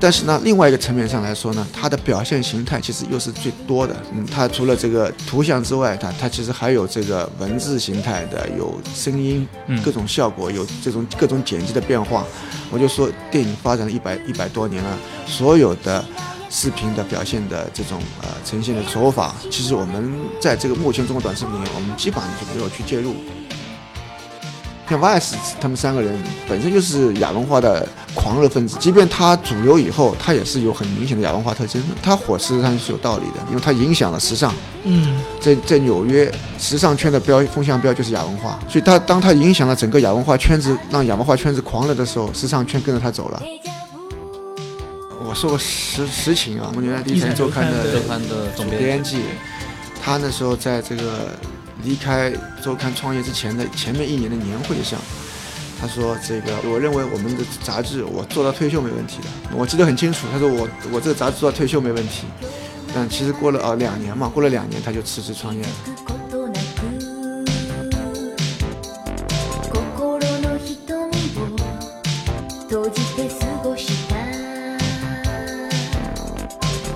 但是呢，另外一个层面上来说呢，它的表现形态其实又是最多的。嗯，它除了这个图像之外，它它其实还有这个文字形态的，有声音，嗯各种效果，有这种各种剪辑的变化。我就说，电影发展了一百一百多年了，所有的视频的表现的这种呃呈现的手法，其实我们在这个目前中国短视频里面，我们基本上就没有去介入。像 Vice 他们三个人本身就是亚文化的狂热分子，即便他主流以后，他也是有很明显的亚文化特征的。他火事实上是有道理的，因为它影响了时尚。嗯，在在纽约时尚圈的标风向标就是亚文化，所以他当他影响了整个亚文化圈子，让亚文化圈子狂热的时候，时尚圈跟着他走了。我说过实实情啊，我们原来第一财周刊的周刊的总编编辑，他那时候在这个离开周刊创业之前的前面一年的年会上，他说：“这个我认为我们的杂志我做到退休没问题的。”我记得很清楚，他说我我这个杂志做到退休没问题。但其实过了呃两年嘛，过了两年他就辞职创业了。心の瞳を閉じて過ごした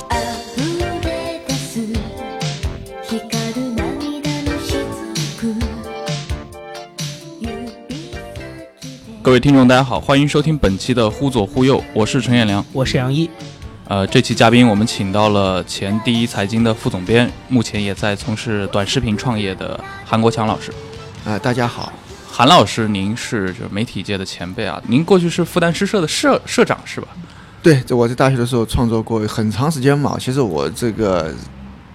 溢れ出す光る涙のしずく指先で各位听众，大家好，欢迎收听本期的《忽左忽右》，我是陈彦良。我是杨一，呃，这期嘉宾我们请到了前第一财经的副总编，目前也在从事短视频创业的韩国强老师。呃，大家好，韩老师，您是这媒体界的前辈啊，您过去是复旦诗社的社社长是吧？对，这我在大学的时候创作过很长时间嘛。其实我这个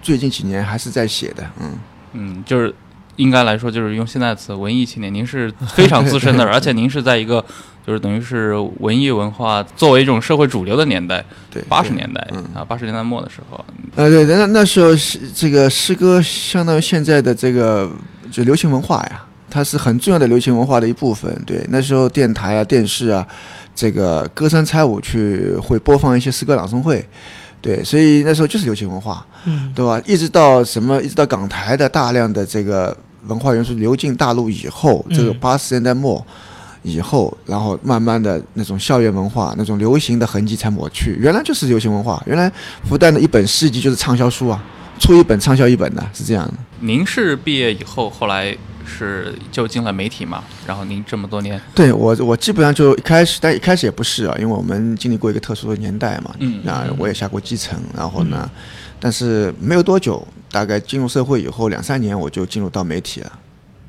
最近几年还是在写的，嗯，嗯，就是应该来说，就是用现在的词，文艺青年，您是非常资 深的，而且您是在一个就是等于是文艺文化作为一种社会主流的年代，对，八十对年代、嗯啊，八十年代末的时候，呃，对，那那时候是这个诗歌相当于现在的这个就流行文化呀，它是很重要的流行文化的一部分。对，那时候电台啊、电视啊，这个歌山猜舞去会播放一些诗歌朗诵会，对，所以那时候就是流行文化，嗯，对吧？一直到什么，一直到港台的大量的这个文化元素流进大陆以后，嗯这个八十年代末。以后，然后慢慢的那种校园文化、那种流行的痕迹才抹去。原来就是流行文化，原来复旦的一本诗集就是畅销书啊，出一本畅销一本的，是这样的。您是毕业以后，后来是就进了媒体嘛？然后您这么多年，对我，我基本上就一开始，但一开始也不是啊，因为我们经历过一个特殊的年代嘛，嗯那我也下过基层，然后呢，但是没有多久，大概进入社会以后两三年，我就进入到媒体了，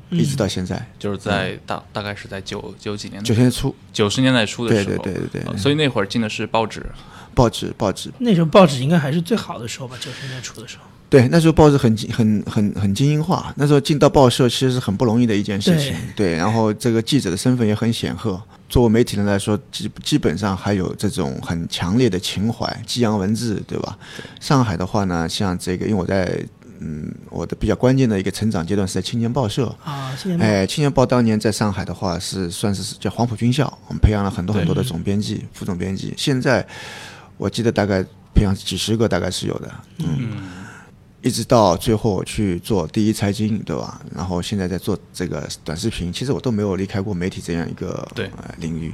嗯一直到现在就是在大、大概是在九九几年的九十年初，九十年代嗯初的对时候，对对对呃对，所以那会儿进的是报纸，报纸报纸，那时候报纸应该还是最好的时候吧，九十年代初的时候。对，那时候报纸很精很很很精英化，那时候进到报社其实是很不容易的一件事情。对，然后这个记者的身份也很显赫，作为媒体人来说，基基本上还有这种很强烈的情怀，激扬文字，对吧？上海的话呢，像这个，因为我在嗯我的比较关键的一个成长阶段是在青年报社，啊，现在哎，青年报当年在上海的话是算是叫黄埔军校，我们培养了很多很多的总编辑、副总编辑。现在我记得大概培养几十个，大概是有的。嗯，一直到最后我去做第一财经，对吧？然后现在在做这个短视频，其实我都没有离开过媒体这样一个对呃、领域。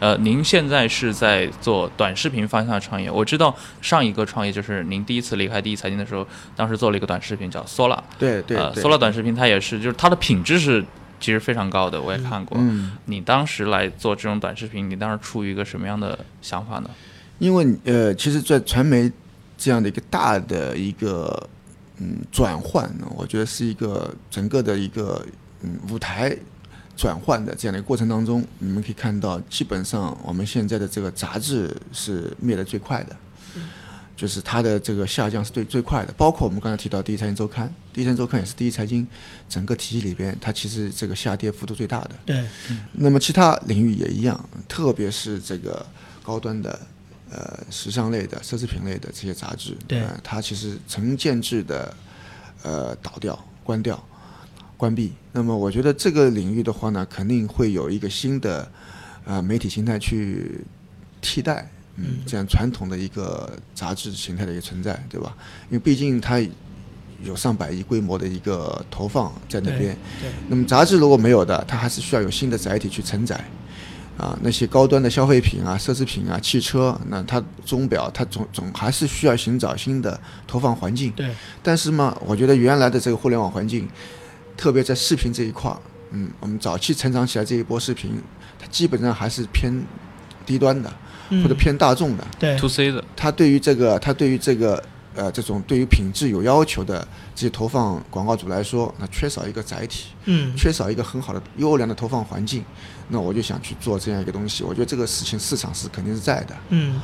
呃，您现在是在做短视频方向的创业。我知道上一个创业就是您第一次离开第一财经的时候，当时做了一个短视频叫 Sola，对对呃对，Sola 短视频它也是，就是它的品质是其实非常高的，我也看过。嗯，你当时来做这种短视频，你当时处于一个什么样的想法呢？因为呃，其实，在传媒这样的一个大的一个嗯转换呢，我觉得是一个整个的一个嗯舞台转换的这样的一个过程当中，你们可以看到，基本上我们现在的这个杂志是灭得最快的。就是它的这个下降是最最快的，包括我们刚才提到《第一财经周刊》，《第一财经周刊》也是第一财经整个体系里边，它其实这个下跌幅度最大的。对，那么其他领域也一样，特别是这个高端的、呃，时尚类的、奢侈品类的这些杂志，对呃它其实成建制的呃倒掉、关掉、呃关闭。那么我觉得这个领域的话呢，肯定会有一个新的呃媒体形态去替代。嗯，这样传统的一个杂志形态的一个存在，对吧？因为毕竟它有上百亿规模的一个投放在那边，对，那么杂志如果没有的，它还是需要有新的载体去承载。啊，那些高端的消费品啊、奢侈品啊、汽车，那它钟表它总总还是需要寻找新的投放环境。对，但是嘛，我觉得原来的这个互联网环境，特别在视频这一块儿，嗯，我们早期成长起来这一波视频，它基本上还是偏低端的嗯或者偏大众的。对 to C 的，它对于这个，它对于这个。呃，这种对于品质有要求的这些投放广告主来说，那缺少一个载体，嗯缺少一个很好的优良的投放环境，那我就想去做这样一个东西。我觉得这个事情市场是肯定是在的，嗯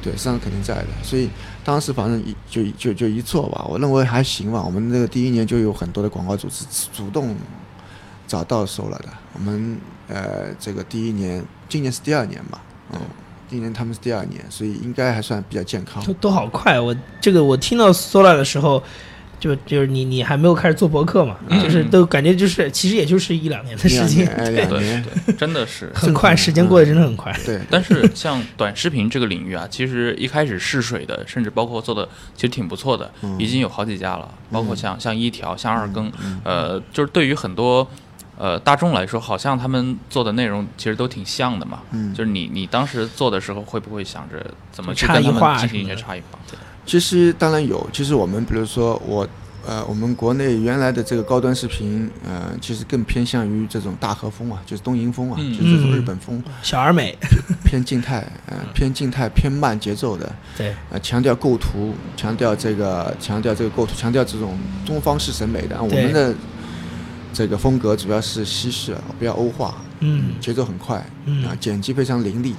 对，市场肯定在的。所以当时反正一就就就一做吧，我认为还行吧。我们那个第一年就有很多的广告主是主动找到手了的。我们呃，这个第一年，今年是第二年吧，嗯，今年他们是第二年，所以应该还算比较健康都。都好快。我这个我听到 Sola 的时候，就就是你你还没有开始做博客嘛，嗯就是都感觉就是其实也就是一两年的一事两情年，，哎，嗯两对年，对，真的是。 很快，时间过得真的很快。对，但是像短视频这个领域啊，其实一开始试水的，甚至包括做的其实挺不错的，嗯已经有好几家了，包括像像一条、像二更，嗯呃，就是对于很多呃大众来说，好像他们做的内容其实都挺像的嘛。嗯就是你你当时做的时候，会不会想着怎么去差跟他异化们进什么行一些的差异化？对其实当然有，其实我们比如说我，呃，我们国内原来的这个高端视频，呃，其实更偏向于这种大和风啊，就是东瀛风啊，嗯嗯就是这种日本风，小而美，偏静态，呃，偏静态、偏慢节奏的，对，呃，强调构图，强调这个，强调这个构图，强调这种东方式审美的。我们的这个风格主要是西式，比较欧化，嗯节奏很快，嗯啊，剪辑非常凌厉。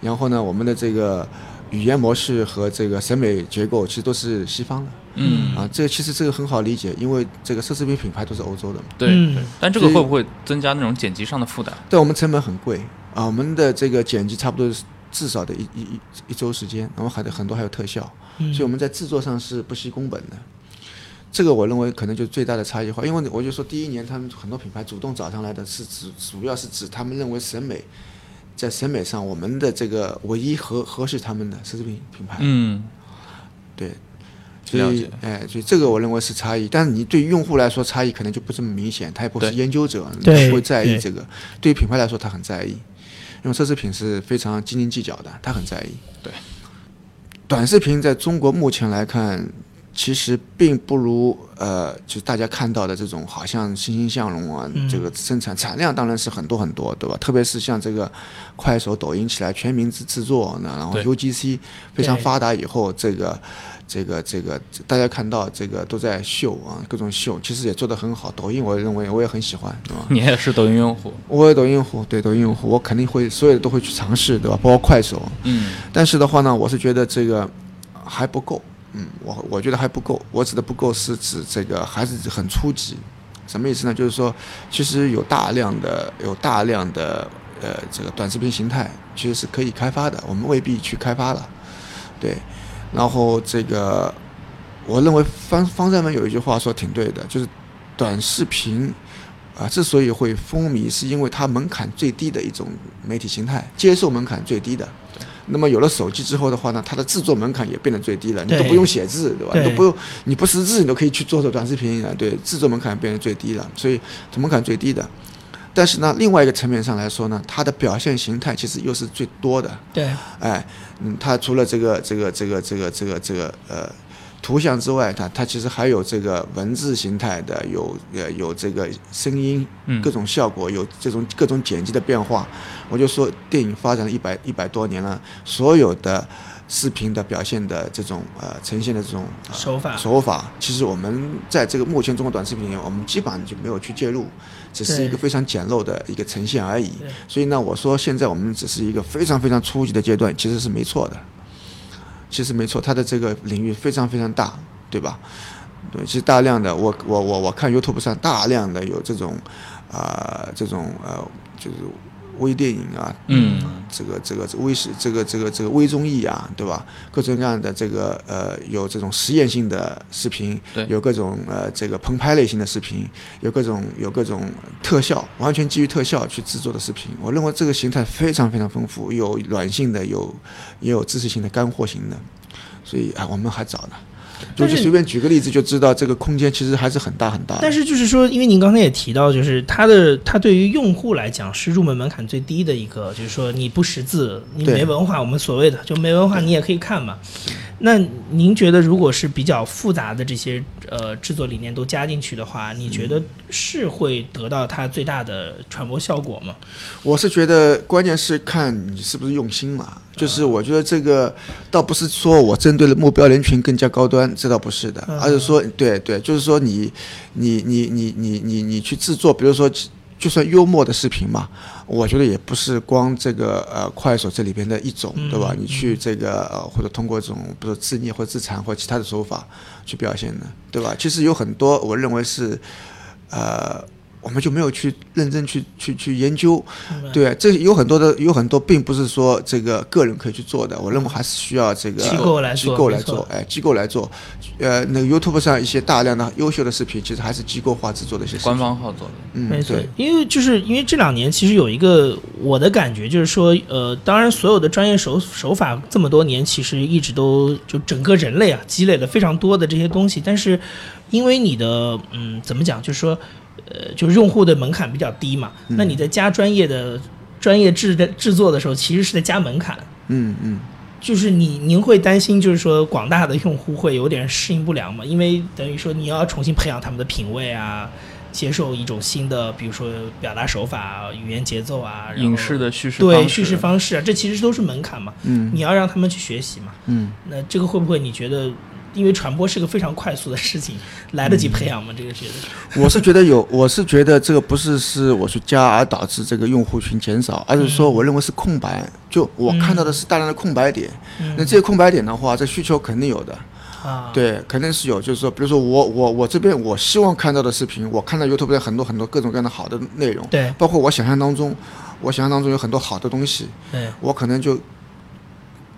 然后呢，我们的这个语言模式和这个审美结构其实都是西方的。嗯，啊，这个其实这个很好理解，因为这个奢侈品品牌都是欧洲的嘛，对。嗯对但这个所会以不会增加那种剪辑上的负担？但我们成本很贵啊，我们的这个剪辑差不多是至少得一一一一周时间，然后还得很多还有特效，嗯所以我们在制作上是不惜工本的。这个我认为可能就是最大的差异化，因为我就说第一年他们很多品牌主动找上来的是指主要是指他们认为审美在审美上我们的这个唯一合合适他们的奢侈品品牌，嗯，对，所了以解，哎，所以这个我认为是差异，但是你对于用户来说差异可能就不这么明显，他也不是对研究者，他对不会在意对这个。对于品牌来说，他很在意，因为奢侈品是非常斤斤计较的，他很在意。对，短视频在中国目前来看，其实并不如呃，就是大家看到的这种好像欣欣向荣啊，嗯这个生产产量当然是很多很多，对吧？特别是像这个快手、抖音起来全民制制作，那然后对 UGC 非常对发达以后，这个。这个这个，大家看到这个都在秀啊，各种秀，其实也做得很好。抖音我认为我也很喜欢，对吧？ 你也是抖音用户，我有抖音用户，对抖音用户，我肯定会所有的都会去尝试，对吧？包括快手。嗯，但是的话呢，我是觉得这个还不够，嗯，我我觉得还不够。我指的不够是指这个还是很初级，什么意思呢？就是说，其实有大量的有大量的呃这个短视频形态其实是可以开发的，我们未必去开发了，对。然后这个我认为方方善文有一句话说挺对的，就是短视频啊，之所以会风靡，是因为它门槛最低的一种媒体形态，接受门槛最低的。那么有了手机之后的话呢，它的制作门槛也变得最低了，你对都不用写字，对吧？对你都不用，你不识字，你都可以去做做短视频啊。对，制作门槛变得最低了，所以门槛最低的。但是呢，另外一个层面上来说呢，它的表现形态其实又是最多的。对，哎，嗯，它除了这个这个这个这个这个这个呃图像之外，它它其实还有这个文字形态的，有呃有这个声音嗯，各种效果，有这种各种剪辑的变化。我就说，电影发展了一百一百多年了，所有的视频的表现的这种呃呈现的这种、呃手法手法，其实我们在这个目前中国短视频里面，我们基本上就没有去介入，只是对一个非常简陋的一个呈现而已对。所以呢，我说现在我们只是一个非常非常初级的阶段，其实是没错的，其实没错，它的这个领域非常非常大，对吧？对，其实大量的我我我我看 YouTube 上大量的有这种，啊、这种呃就是微电影啊，嗯，这个这个这微是这个这个这个微综艺啊，对吧？各种各样的这个呃有这种实验性的视频对，有各种呃这个棚拍类型的视频，有各种有各种特效，完全基于特效去制作的视频。我认为这个形态非常非常丰富，有哎软性的，有也有知识性的，干货型的，所以啊我们还早呢。就但就是随便举个例子就知道，这个空间其实还是很大很大的。但是就是说，因为您刚才也提到，就是它的它对于用户来讲是入门门槛最低的一个，就是说你不识字，你对没文化，我们所谓的就没文化，你也可以看嘛。那您觉得，如果是比较复杂的这些呃制作理念都加进去的话，你觉得是会得到它最大的传播效果吗？我是觉得关键是看你是不是用心了。就是嗯我觉得这个倒不是说我针对的目标人群更加高端，这倒不是的，嗯而是说对对，就是说你你你你你你你去制作，比如说就算幽默的视频嘛，我觉得也不是光这个呃快手这里边的一种，对吧？嗯你去这个呃或者通过这种比如说自虐或自残或其他的手法去表现的，对吧？其实有很多我认为是呃。我们就没有去认真去去去研究，对，这有很多的，有很多并不是说这个个人可以去做的，我认为还是需要这个机构来做机构来没错做，哎，机构来做，呃，那个 YouTube 上一些大量的优秀的视频，其实还是机构化制作的一些视频官，方号做的，嗯，没错对，，因为就是因为这两年其实有一个我的感觉，就是说，呃，当然所有的专业手手法这么多年，其实一直都就整个人类啊积累了非常多的这些东西，但是因为你的嗯怎么讲，就是说，呃，就是用户的门槛比较低嘛，那你在加专业的专业制的制作的时候，其实是在加门槛。嗯嗯，就是你，您会担心，就是说广大的用户会有点适应不良嘛？因为等于说你要重新培养他们的品味啊，接受一种新的，比如说表达手法啊、语言节奏啊，然后影视的叙事对方叙事方式啊，这其实都是门槛嘛。嗯，你要让他们去学习嘛。嗯，那这个会不会你觉得，因为传播是个非常快速的事情， 来嗯得及培养吗？这个觉得我是觉得有，我是觉得这个不是是我去加而导致这个用户群减少，嗯而是说我认为是空白，就我看到的是大量的空白点，嗯那这些空白点的话，这需求肯定有的，啊，，对，肯定是有，就是说，比如说我我我这边我希望看到的视频，我看到 YouTube 的很多很多各种各样的好的内容，对包括我想象当中，我想象当中有很多好的东西，对，我可能就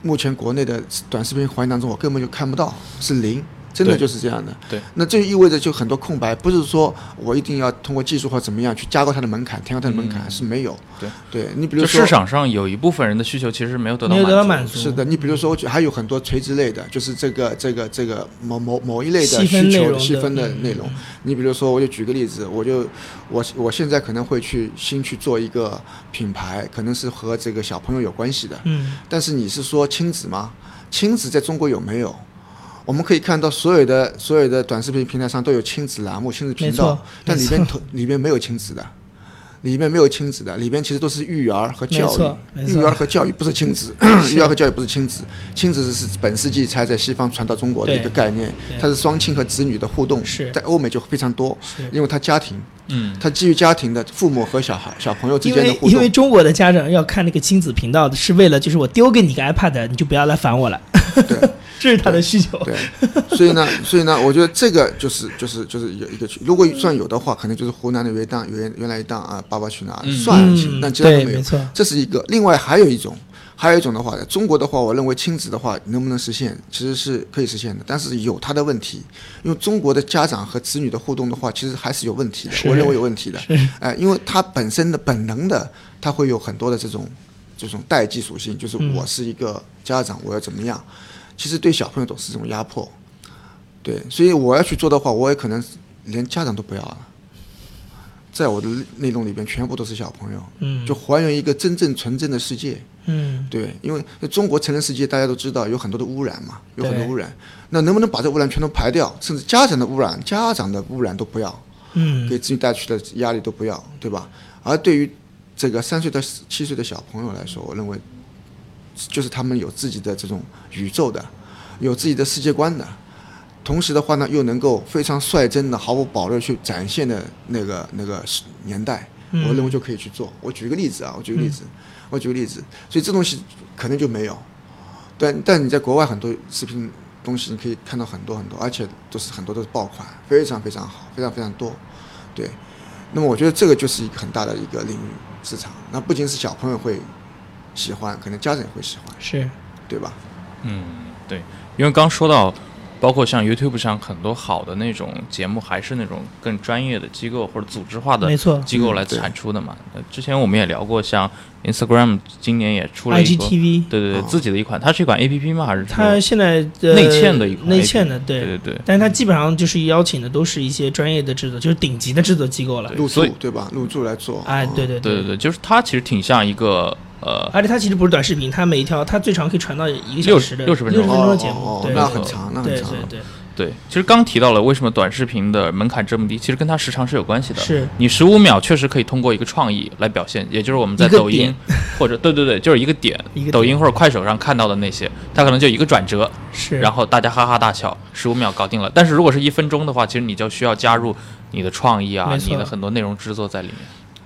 目前国内的短视频环境当中，我根本就看不到，是零，真的对就是这样的。对，那这意味着就很多空白，不是说我一定要通过技术或怎么样去加高它的门槛，提高它的门槛、是没有。嗯对，对你比就如说市场上有一部分人的需求其实没有得到没有得到满满足，足，是的，你比如说，我觉得还有很多垂直类的，就是这个这个这个某某某一类的细分需内容求的细分的嗯内容。你比如说，我就举个例子，我就我我现在可能会去新去做一个品牌，可能是和这个小朋友有关系的。嗯，但是你是说亲子吗？亲子在中国有没有？我们可以看到所有的所有的短视频平台上都有亲子栏目、亲子频没道错，但里没面头里面没有亲子的。里面没有亲子的，里面其实都是育儿和教没错育，没错育儿和教育不是亲子，育儿和教育不是亲子，亲子是本世纪才在西方传到中国的一个对概念，它是双亲和子女的互动，是在欧美就非常多是，因为它家庭，嗯，它基于家庭的父母和小孩小朋友之因间的为互动，因为中国的家长要看那个亲子频道，是为了就是我丢给你个 iPad，你就不要来烦我了，对 这是他的需求。对，所以呢，所以呢，我觉得这个就是就是就是有一个区，如果算有的话，可能就是湖南的原档原原来一档啊，爸爸去哪儿、嗯算嗯，但其他都对，没有没。错，这是一个，另外还有一种，还有一种的话，中国的话，我认为亲子的话能不能实现，其实是可以实现的，但是有它的问题，因为中国的家长和子女的互动的话，其实还是有问题的，是我认为有问题的，哎、因为他本身的本能的，他会有很多的这种这种代际属性，就是我是一个家长，我要怎么样，其实对小朋友都是这种压迫，对，所以我要去做的话，我也可能连家长都不要了。在我的内容里边，全部都是小朋友，嗯就还原一个真正纯正的世界。嗯，对，因为中国成人世界大家都知道有很多的污染嘛，有很多对污染。那能不能把这污染全都排掉，甚至家长的污染、家长的污染都不要，嗯，给子女带去的压力都不要，对吧？而对于这个三岁到七岁的小朋友来说，我认为就是他们有自己的这种宇宙的，有自己的世界观的。同时的话呢，又能够非常率真的、毫无保留去展现的那个那个时年代，嗯我认为就可以去做。我举个例子啊，我举个例子，我举个例子，所以这东西可能就没有。但但你在国外很多视频东西，你可以看到很多很多，而且都是很多都是爆款，非常非常好，非常非常多。对，那么我觉得这个就是一个很大的一个领域市场。那不仅是小朋友会喜欢，可能家长也会喜欢，是对吧？嗯，对，因为刚说到包括像 YouTube 上很多好的那种节目，还是那种更专业的机构或者组织化的没错机构来嗯对产出的嘛。呃之前我们也聊过，像 Instagram 今年也出了一个， ，IGTV，对对对，自己的一款，它是一款 APP 吗？还是什它么现在的内嵌的一款 APP？内嵌的，对对对但是它基本上就是邀请的都是一些专业的制作，就是顶级的制作机构了。入驻所以对吧？入驻来做，哦哎，对对对对对，就是它其实挺像一个呃，而且它其实不是短视频，它每一条它最长可以传到一个小时的60 60分钟哦，六十分钟的节目哦，哦对那对很长，那很对长。对对，对，其实刚提到了为什么短视频的门槛这么低，其实跟它时长是有关系的。是你十五秒确实可以通过一个创意来表现，也就是我们在一个抖音点或者对对对，就是一个点，一个抖点音或者快手上看到的那些，它可能就一个转折，是。然后大家哈哈大笑，十五秒搞定了。但是如果是一分钟的话，其实你就需要加入你的创意啊没，错你的很多内容制作在里面。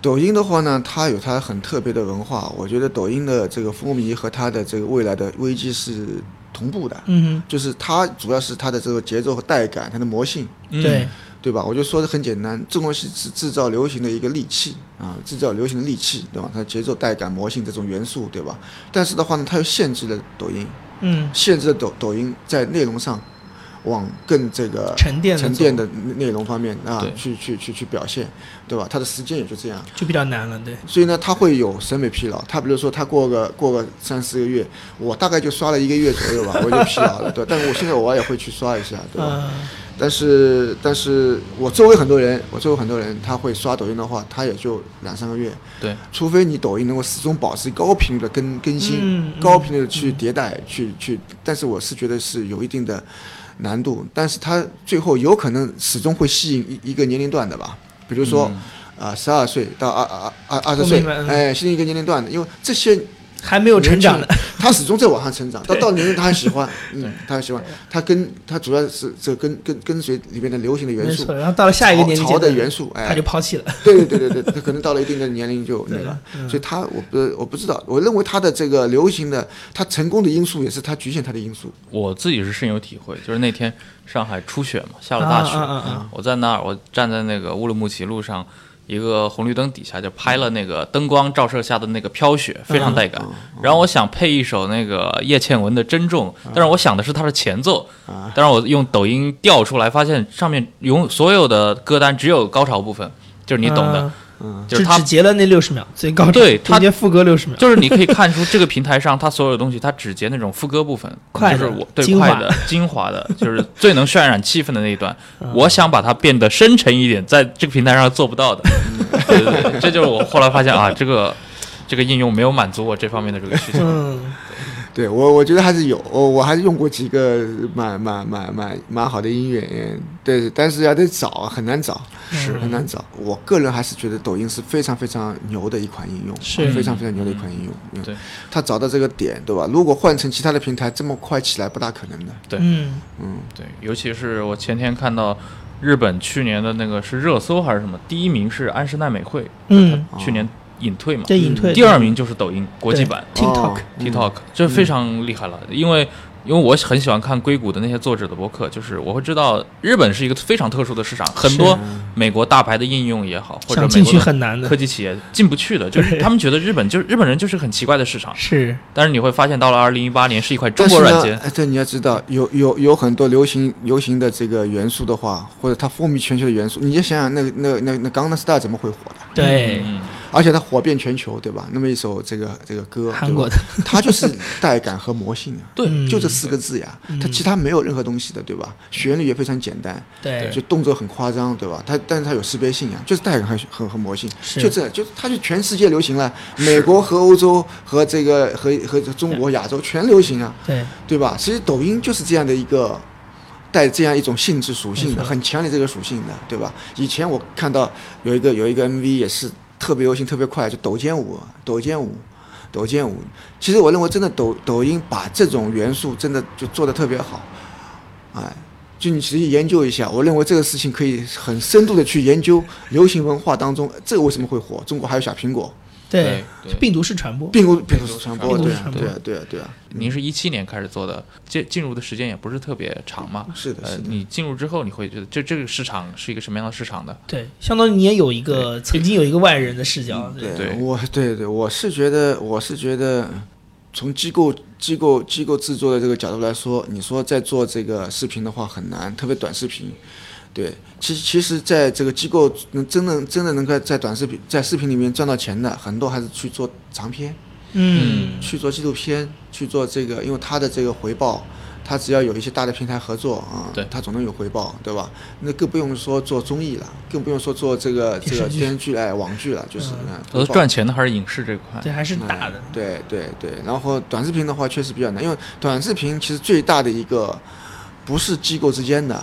抖音的话呢，它有它很特别的文化，我觉得抖音的这个风靡和它的这个未来的危机是同步的，嗯就是它主要是它的这个节奏和带感，它的魔性，哼，嗯对，对吧？我就说的很简单，这种东西是制造流行的一个利器啊，制造流行的利器，对吧？它节奏、带感、魔性这种元素，对吧？但是的话呢，它又限制了抖音，嗯，限制了抖抖音在内容上往更这个沉淀地沉走淀的内容方面啊对，去去去去表现，对吧？它的时间也就这样，就比较难了，对。所以呢，他会有审美疲劳。他比如说，他过个过个三四个月，我大概就刷了一个月左 右吧，我就疲劳了，对吧。但是我现在偶尔也会去刷一下，对吧？嗯，但是，但是我周围很多人，我周围很多人他会刷抖音的话，他也就两三个月，对，除非你抖音能够始终保持高频率的更更新，嗯嗯高频率的去迭代，去去。但是我是觉得是有一定的难度，但是它最后有可能始终会吸引一一个年龄段的吧，比如说。啊，十二岁到二二二二十嗯我岁明白，嗯哎，新一个年龄段的，因为这些还没有成长呢年。轻人， 他始终在往上成长，到到年龄他还喜欢，嗯，他还喜欢，他跟他主要是这跟跟跟随里面的流行的元没素错，，然后到了下一个潮年纪潮的元素哎他就抛弃了。对对对对对，他可能到了一定的年龄就那个，所以他我不我不知道，我认为他的这个流行的他成功的因素也是他局限他的因素，我自己是深有体会，就是那天上海初雪嘛，下了大雪，啊啊啊啊我在那儿，我站在那个乌鲁木齐路上一个红绿灯底下，就拍了那个灯光照射下的那个飘雪，非常嗯带感。然后我想配一首那个叶倩文的《珍重》，啊但是我想的是它的前奏，但是我用抖音调出来，发现上面有所有的歌单只有高潮部分，就是你懂的，嗯，就是只它只截了那六十秒最高潮，对它中间副歌六十秒，就是你可以看出这个平台上它所有的东西，它只截那种副歌部分，快就的是我对精华快的、精华 的，就是最能渲染气氛的那一段。嗯我想把它变得深沉一点，在这个平台上做不到的。嗯对对对，这就是我后来发现啊，这 个这个应用没有满足我这方面的这 个需求。嗯，对我我觉得还是有，我我还是用过几个蛮蛮蛮蛮蛮好的音乐，嗯对，但是要得找很难找，是很难找。嗯我个人还是觉得抖音是非常非常牛的一款应用，是非常非常牛的一款应用。嗯对，他找到这个点，对吧？如果换成其他的平台，这么快起来不大可能的。对嗯，嗯，对，尤其是我前天看到日本去年的那个是热搜还是什么，第一名是安室奈美惠，嗯，哦去年隐退嘛，这隐退第二名就是抖音国际版。 TikTok 哦 TikTok，这嗯非常厉害了，因为因为我很喜欢看硅谷的那些作者的博客，就是我会知道日本是一个非常特殊的市场，很多美国大牌的应用也好，或者想美进国去的很难的科，技企业进不去的，就是对他们觉得日本就是日本人就是很奇怪的市场，是但是你会发现到了二零一八年是一块中但是国呢软件，哎对，你要知道，有有有很多流行流行的这个元素的话，或者它风靡全球的元素，你就想想那个那那那 Gangnam Style 怎么会火的？对嗯，而且它火遍全球，对吧？那么一首这个这个歌，韩国的，对吧，它就是带感和魔性啊。对嗯就这四个字呀，它其他没有任何东西的，对吧？旋律也非常简单，对就动作很夸张，对吧？它但是它有识别性呀，就是带感和和和魔性，是就这就它就全世界流行了，美国和欧洲和这个和和中国亚洲全流行啊，对，对吧？其实抖音就是这样的一个带这样一种性质属性的，很强烈这个属性的，对吧？以前我看到有一个有一个 MV 也是特别流行特别快，就抖肩舞，啊抖肩舞。抖肩舞，其实我认为真的抖抖音把这种元素真的就做得特别好，哎，就你仔细研究一下，我认为这个事情可以很深度的去研究 流行文化当中这个为什么会火，中国还有小苹果，对对对病毒式传播，病毒病毒传播，病毒对传啊播对啊对啊对啊，您是一七年开始做的，进进入的时间也不是特别长嘛，嗯嗯是的呃是，的你进入之后你会觉得这这个市场是一个什么样的市场的？对，相当于你也有一个曾经有一个外人的视角，对对我对对，我是觉得，我是觉得，从机构机构机构制作的这个角度来说，你说在做这个视频的话很难，特别短视频。对，其实其实在这个机构能真能真的能够在短视频在视频里面赚到钱的，很多还是去做长片，嗯去做纪录片，去做这个，因为它的这个回报，它只要有一些大的平台合作啊，对它总能有回报，对吧？那更不用说做综艺了，更不用说做这个这个电视剧电视剧哎网剧了，就是嗯回报我觉得赚钱的还是影视这块。对，还是 大的，嗯 对对对，然后短视频的话确实比较难，因为短视频其实最大的一个不是机构之间的，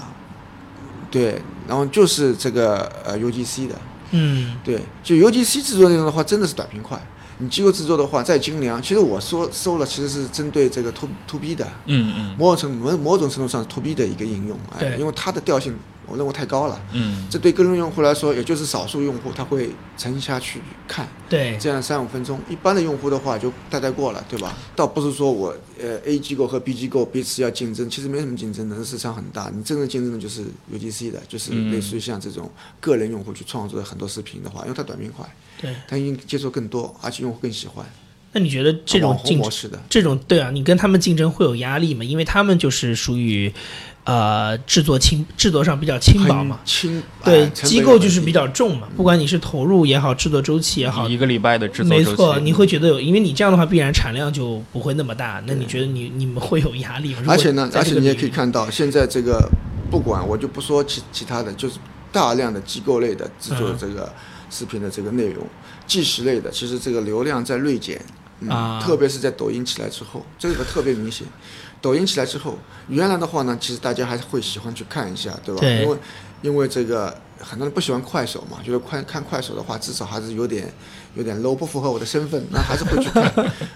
对，然后就是这个呃 UGC 的，嗯对，就 UGC 制作内容的话，真的是短平快。你机构制作的话，再精良，其实我说搜了，其实是针对这个 to to B 的，嗯嗯某种程某某种程度上是 to B 的一个应用，哎，对因为它的调性我认为太高了，嗯，这对个人用户来说，也就是少数用户他会沉下去看，对，这样三五分钟，一般的用户的话就带带过了，对吧？倒不是说我呃 A 机构和 B 机构彼此要竞争，其实没什么竞争的，这市场很大。你真正竞争的就是 UGC 的，就是嗯类似于像这种个人用户去创作的很多视频的话，因为它短平快，对。它应接受更多，而且用户更喜欢那你觉得这种网红竞模争，式的。这种对啊，你跟他们竞争会有压力吗？因为他们就是属于，呃，制作轻制作上比较轻薄嘛很。轻，对，哎机构就是比，成本也很低较重嘛，不管你是投入也好，制作周期也好，一个礼拜的制作没周期错，你会觉得有，因为你这样的话必然产量就不会那么大。那你觉得你你们会有压力吗？如果而且呢，在而这且个你也领可以域，看到，现在这个不管我就不说其其他的，就是大量的机构类的制作的嗯这个视频的这个内容，纪实类的，其实这个流量在锐减。嗯啊特别是在抖音起来之后，这个特别明显。抖音起来之后，原来的话呢，其实大家还是会喜欢去看一下，对吧？对因为因为这个很多人不喜欢快手嘛，觉得快看快手的话，至少还是有点有点 low，不符合我的身份，那还是会去看，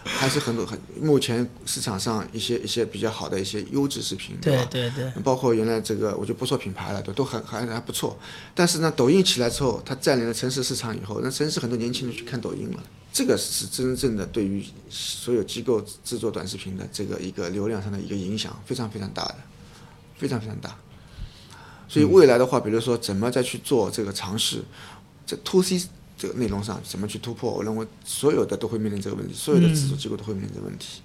还是很多很目前市场上一些一些比较好的一些优质视频，对吧？对对，包括原来这个，我就不说品牌了，都都很还还不错。但是呢，抖音起来之后，它占领了城市市场以后，那城市很多年轻人去看抖音了。这个是真正的对于所有机构制作短视频的这个一个流量上的一个影响，非常非常大的，非常非常大。所以未来的话，比如说怎么再去做这个尝试，在 to C 这个内容上怎么去突破，我认为所有的都会面临这个问题，所有的制作机构都会面临这个问题。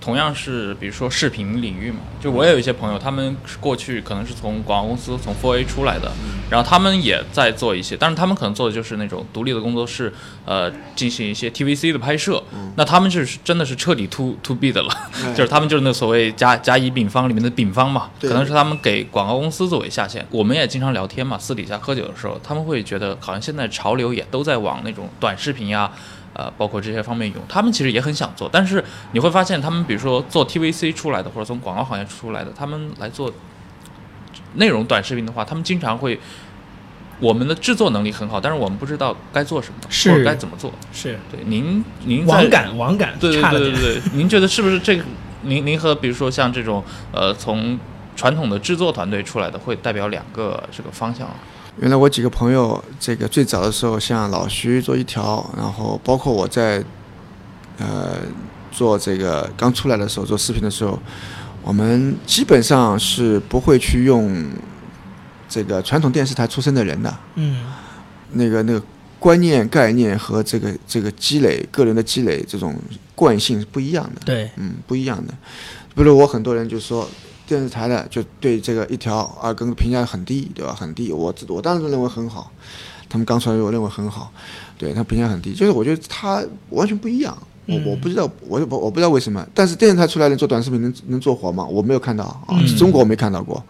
同样是比如说视频领域嘛，就我也有一些朋友，他们是过去可能是从广告公司从 4A 出来的，嗯然后他们也在做一些，但是他们可能做的就是那种独立的工作室，呃，进行一些 TVC 的拍摄，嗯那他们就是真的是彻底 to to B 的了，哎 就是他们就是那所谓甲甲乙丙方里面的丙方嘛，可对能是他们给广告公司作为下线。我们也经常聊天嘛，私底下喝酒的时候，他们会觉得好像现在潮流也都在往那种短视频呀、呃，包括这些方面涌，他们其实也很想做，但是你会发现，他们比如说做 TVC 出来的，或者从广告行业出来的，他们来做内容短视频的话，他们经常会，我们的制作能力很好，但是我们不知道该做什么，是或者该怎么做。是对，您您在网感网感对对差了对点，对对， 您觉得是不是这个？您您和比如说像这种呃，从传统的制作团队出来的，会代表两个这个方向？啊原来我几个朋友，这个最早的时候像老徐做一条，然后包括我在，呃，做这个刚出来的时候做视频的时候，我们基本上是不会去用这个传统电视台出身的人的，嗯那个那个观念、概念和这个这个积累、个人的积累这种惯性是不一样的。对嗯，不一样的。比如我很多人就说电视台的就对这个一条二更评价很低，对吧？很低，我自我当时认为很好，他们刚出来我认为很好，对他评价很低，就是我觉得他完全不一样。我嗯我不知道，我我我不知道为什么，但是电视台出来的人做短视频能能做火吗？我没有看到啊，嗯中国我没看到过，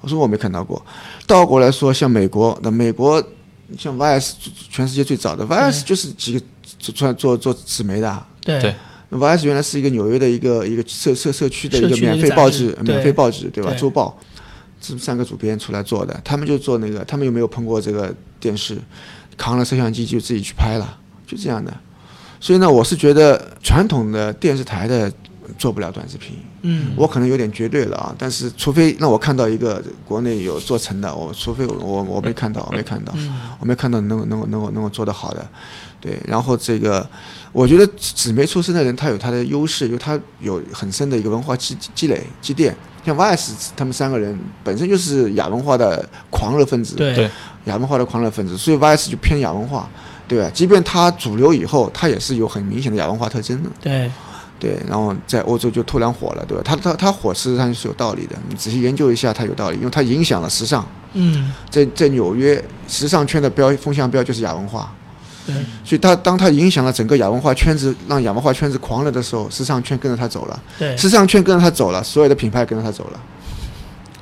我说我没看到过。倒过来说，像美国，那美国像 VS 全世界最早的 VS 就是几个做做做纸媒的啊，对对 VS 原来是一个纽约的一个一个社社社区的一社个区的一免个费杂报志纸，对免费报纸对吧？对周报，这三个主编出来做的，他们就做那个，他们有没有碰过这个电视，扛了摄像机就自己去拍了，就这样的。所以呢，我是觉得传统的电视台的做不了短视频，嗯我可能有点绝对了啊，但是除非让我看到一个国内有做成的，我除非我我我没看到，我没看到，嗯我没看到能够能够能够能够做得好的，对。然后这个，我觉得纸媒出身的人，他有他的优势，有他有很深的一个文化积积累积淀。像 VS 他们三个人本身就是亚文化的狂热分子，对对亚文化的狂热分子，所以 VS 就偏亚文化，对吧？即便他主流以后，他也是有很明显的亚文化特征的。对对，然后在欧洲就突然火了，对吧？它它它火事实上是有道理的，你仔细研究一下，它有道理，因为它影响了时尚。嗯，在在纽约时尚圈的标风向标就是亚文化，对，所以它当它影响了整个亚文化圈子，让亚文化圈子狂了的时候，时尚圈跟着它走了，对，时尚圈跟着它走了，所有的品牌跟着它走了，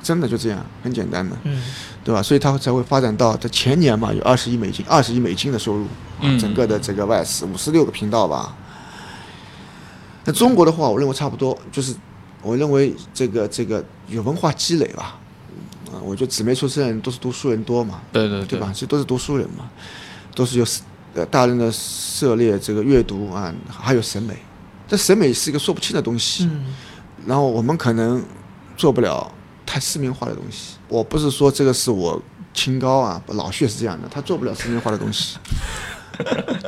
真的就这样，很简单的，嗯，对吧？所以它才会发展到它前年嘛，有二十亿美金，二十亿美金的收入，嗯啊整个的这个 VS 五十六个频道吧。那中国的话，我认为差不多，就是我认为这个这个有文化积累吧。嗯啊，我觉得纸媒出身的人都是读书人多嘛，对对对吧？？其实都是读书人嘛，都是有呃大量的涉猎这个阅读啊，还有审美。这审美是一个说不清的东西，嗯，然后我们可能做不了太市民化的东西。我不是说这个是我清高啊，老薛是这样的，他做不了市民化的东西。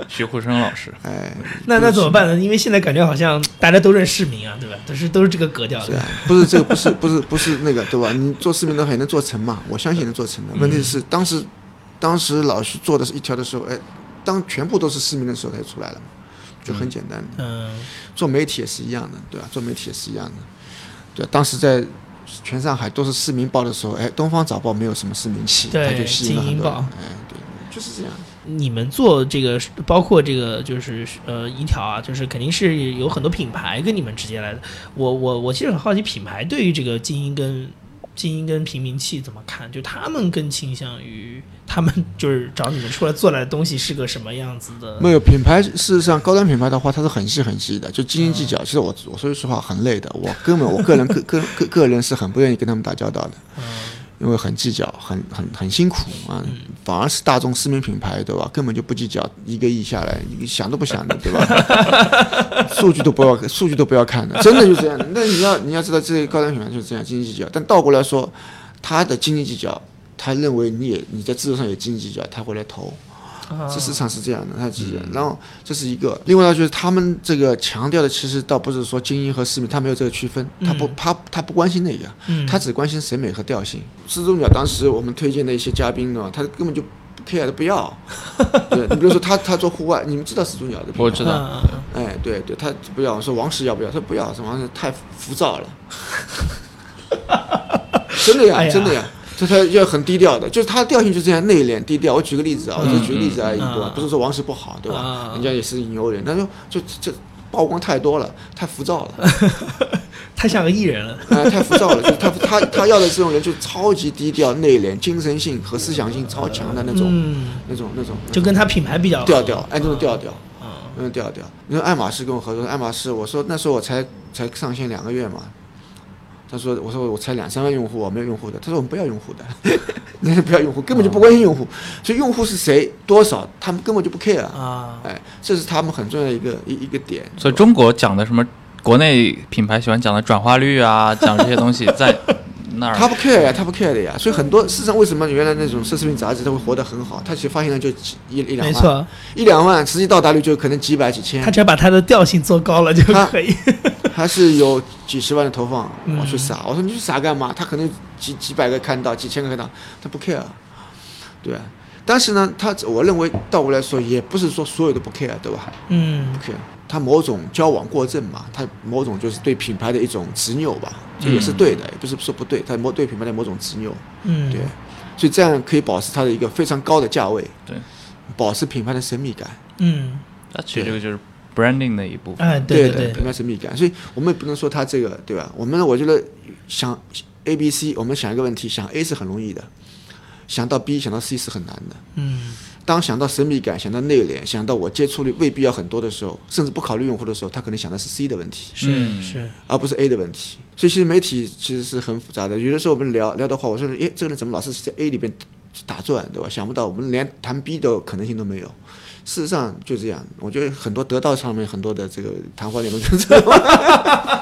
徐沪生老师，哎， 那那怎么办呢？因为现在感觉好像大家都认市民啊，对吧？都是都是这个格调对的啊，，不是这个，不是不是不是那个，对吧？你做市民的话也能做成嘛，我相信能做嗯成的。问题是当时当时老徐做的是一条的时候，哎，当全部都是市民的时候，他就出来了嘛，就很简单。嗯，做媒体也是一样的，对吧、做媒体也是一样的，对、当时在全上海都是市民报的时候，哎，《东方早报》没有什么市民气，对它就吸引了很多人精英报，哎，对，就是这样。你们做这个，包括这个就是呃一条啊，就是肯定是有很多品牌跟你们直接来的。我我我其实很好奇，品牌对于这个精英跟精英跟平民气怎么看？就他们更倾向于他们就是找你们出来做来的东西是个什么样子的？没有品牌，事实上高端品牌的话，它是很细很细的，就斤斤计嗯较。其实我我说句实话，很累的。我根本我 个人个个个个人是很不愿意跟他们打交道的，嗯因为很计较，很很很辛苦啊。反而是大众市民品牌，对吧？根本就不计较，一个亿下来，你想都不想的，对吧？ 数据都不要，数据都不要看的， 真的就这样的。那你要你要知道，这些高端品牌就是这样斤斤计较。但倒过来说，他的斤斤计较，他认为你也你在制度上也斤斤计较，他会来投。啊嗯这市场是这样的，它是这样。然后这是一个，另外呢就是他们这个强调的，其实倒不是说精英和市民，他没有这个区分，他不他他不关心那个，嗯他只关心审美和调性。至尊鸟当时我们推荐的一些嘉宾呢，他根本就不 care 的不 要。对，你比如说他他做户外，你们知道始祖鸟的品牌我知道，啊哎，对对，他不要。我说王石要不要？他说不要，说王石太浮躁了。 真的呀，哎呀真的呀，这他要很低调的，就是他的调性就这样内敛低调。我举个例子啊，我就举个例子而已，嗯对吧？不是说王石不好，对吧？啊人家也是牛人，但是就这这曝光太多了，太浮躁了。太像个艺人了。啊、太浮躁了，就是他他他要的这种人就超级低调、内敛、精神性和思想性超强的那种、嗯，那种那种，就跟他品牌比较合调调，哎，那种调调，嗯那种调调。你啊说爱马仕跟我合作，爱马仕，我说那时候我才才上线两个月嘛，他说我说我才两三万用户，我没有用户的，他说我们不要用户的， 那不要用户，根本就不关心用户，所以用户是谁多少，他们根本就不 care，啊，哎，这是他们很重要的一个一一个点。所以中国讲的什么，国内品牌喜欢讲的转化率啊，讲这些东西，在那 他儿不 care 呀，他不 care 的呀，所以很多市场为什么原来那种奢侈品杂志它会活得很好？它其实发行量就几一一两没万，错，一两万，实际到达率就可能几百几千他。只要把他的调性做高了就他可 以。它是有几十万的投放，我去嗯撒，我说你去撒干嘛？他可能几几百个看到，几千个看到，他不 care，对。但是呢，他我认为倒过来说，也不是说所有的不 care，对吧？嗯不 care，他某种交往过正嘛，他某种就是对品牌的一种执拗吧，这也是对的，也不是说不对，他某对品牌的某种执拗。嗯，对，所以这样可以保持它的一个非常高的价位，对，保持品牌的神秘感，嗯，那其实这个就是 branding 的一部分。哎，对对品牌神秘感。所以我们也不能说它这个，对吧？我们我觉得想 A、B、C，我们想一个问题，想 A 是很容易的，想到 B、想到 C 是很难的。嗯当想到神秘感、想到内敛、想到我接触率未必要很多的时候，甚至不考虑用户的时候，他可能想的是 C 的问题。是嗯是，而不是 A 的问题。所以其实媒体其实是很复杂的。有的时候我们聊聊的话，我说，诶，这个人怎么老是在 A 里边打转，对吧？想不到我们连谈 B 的可能性都没有。事实上就这样，我觉得很多得到上面很多的这个谈话内容就是这样。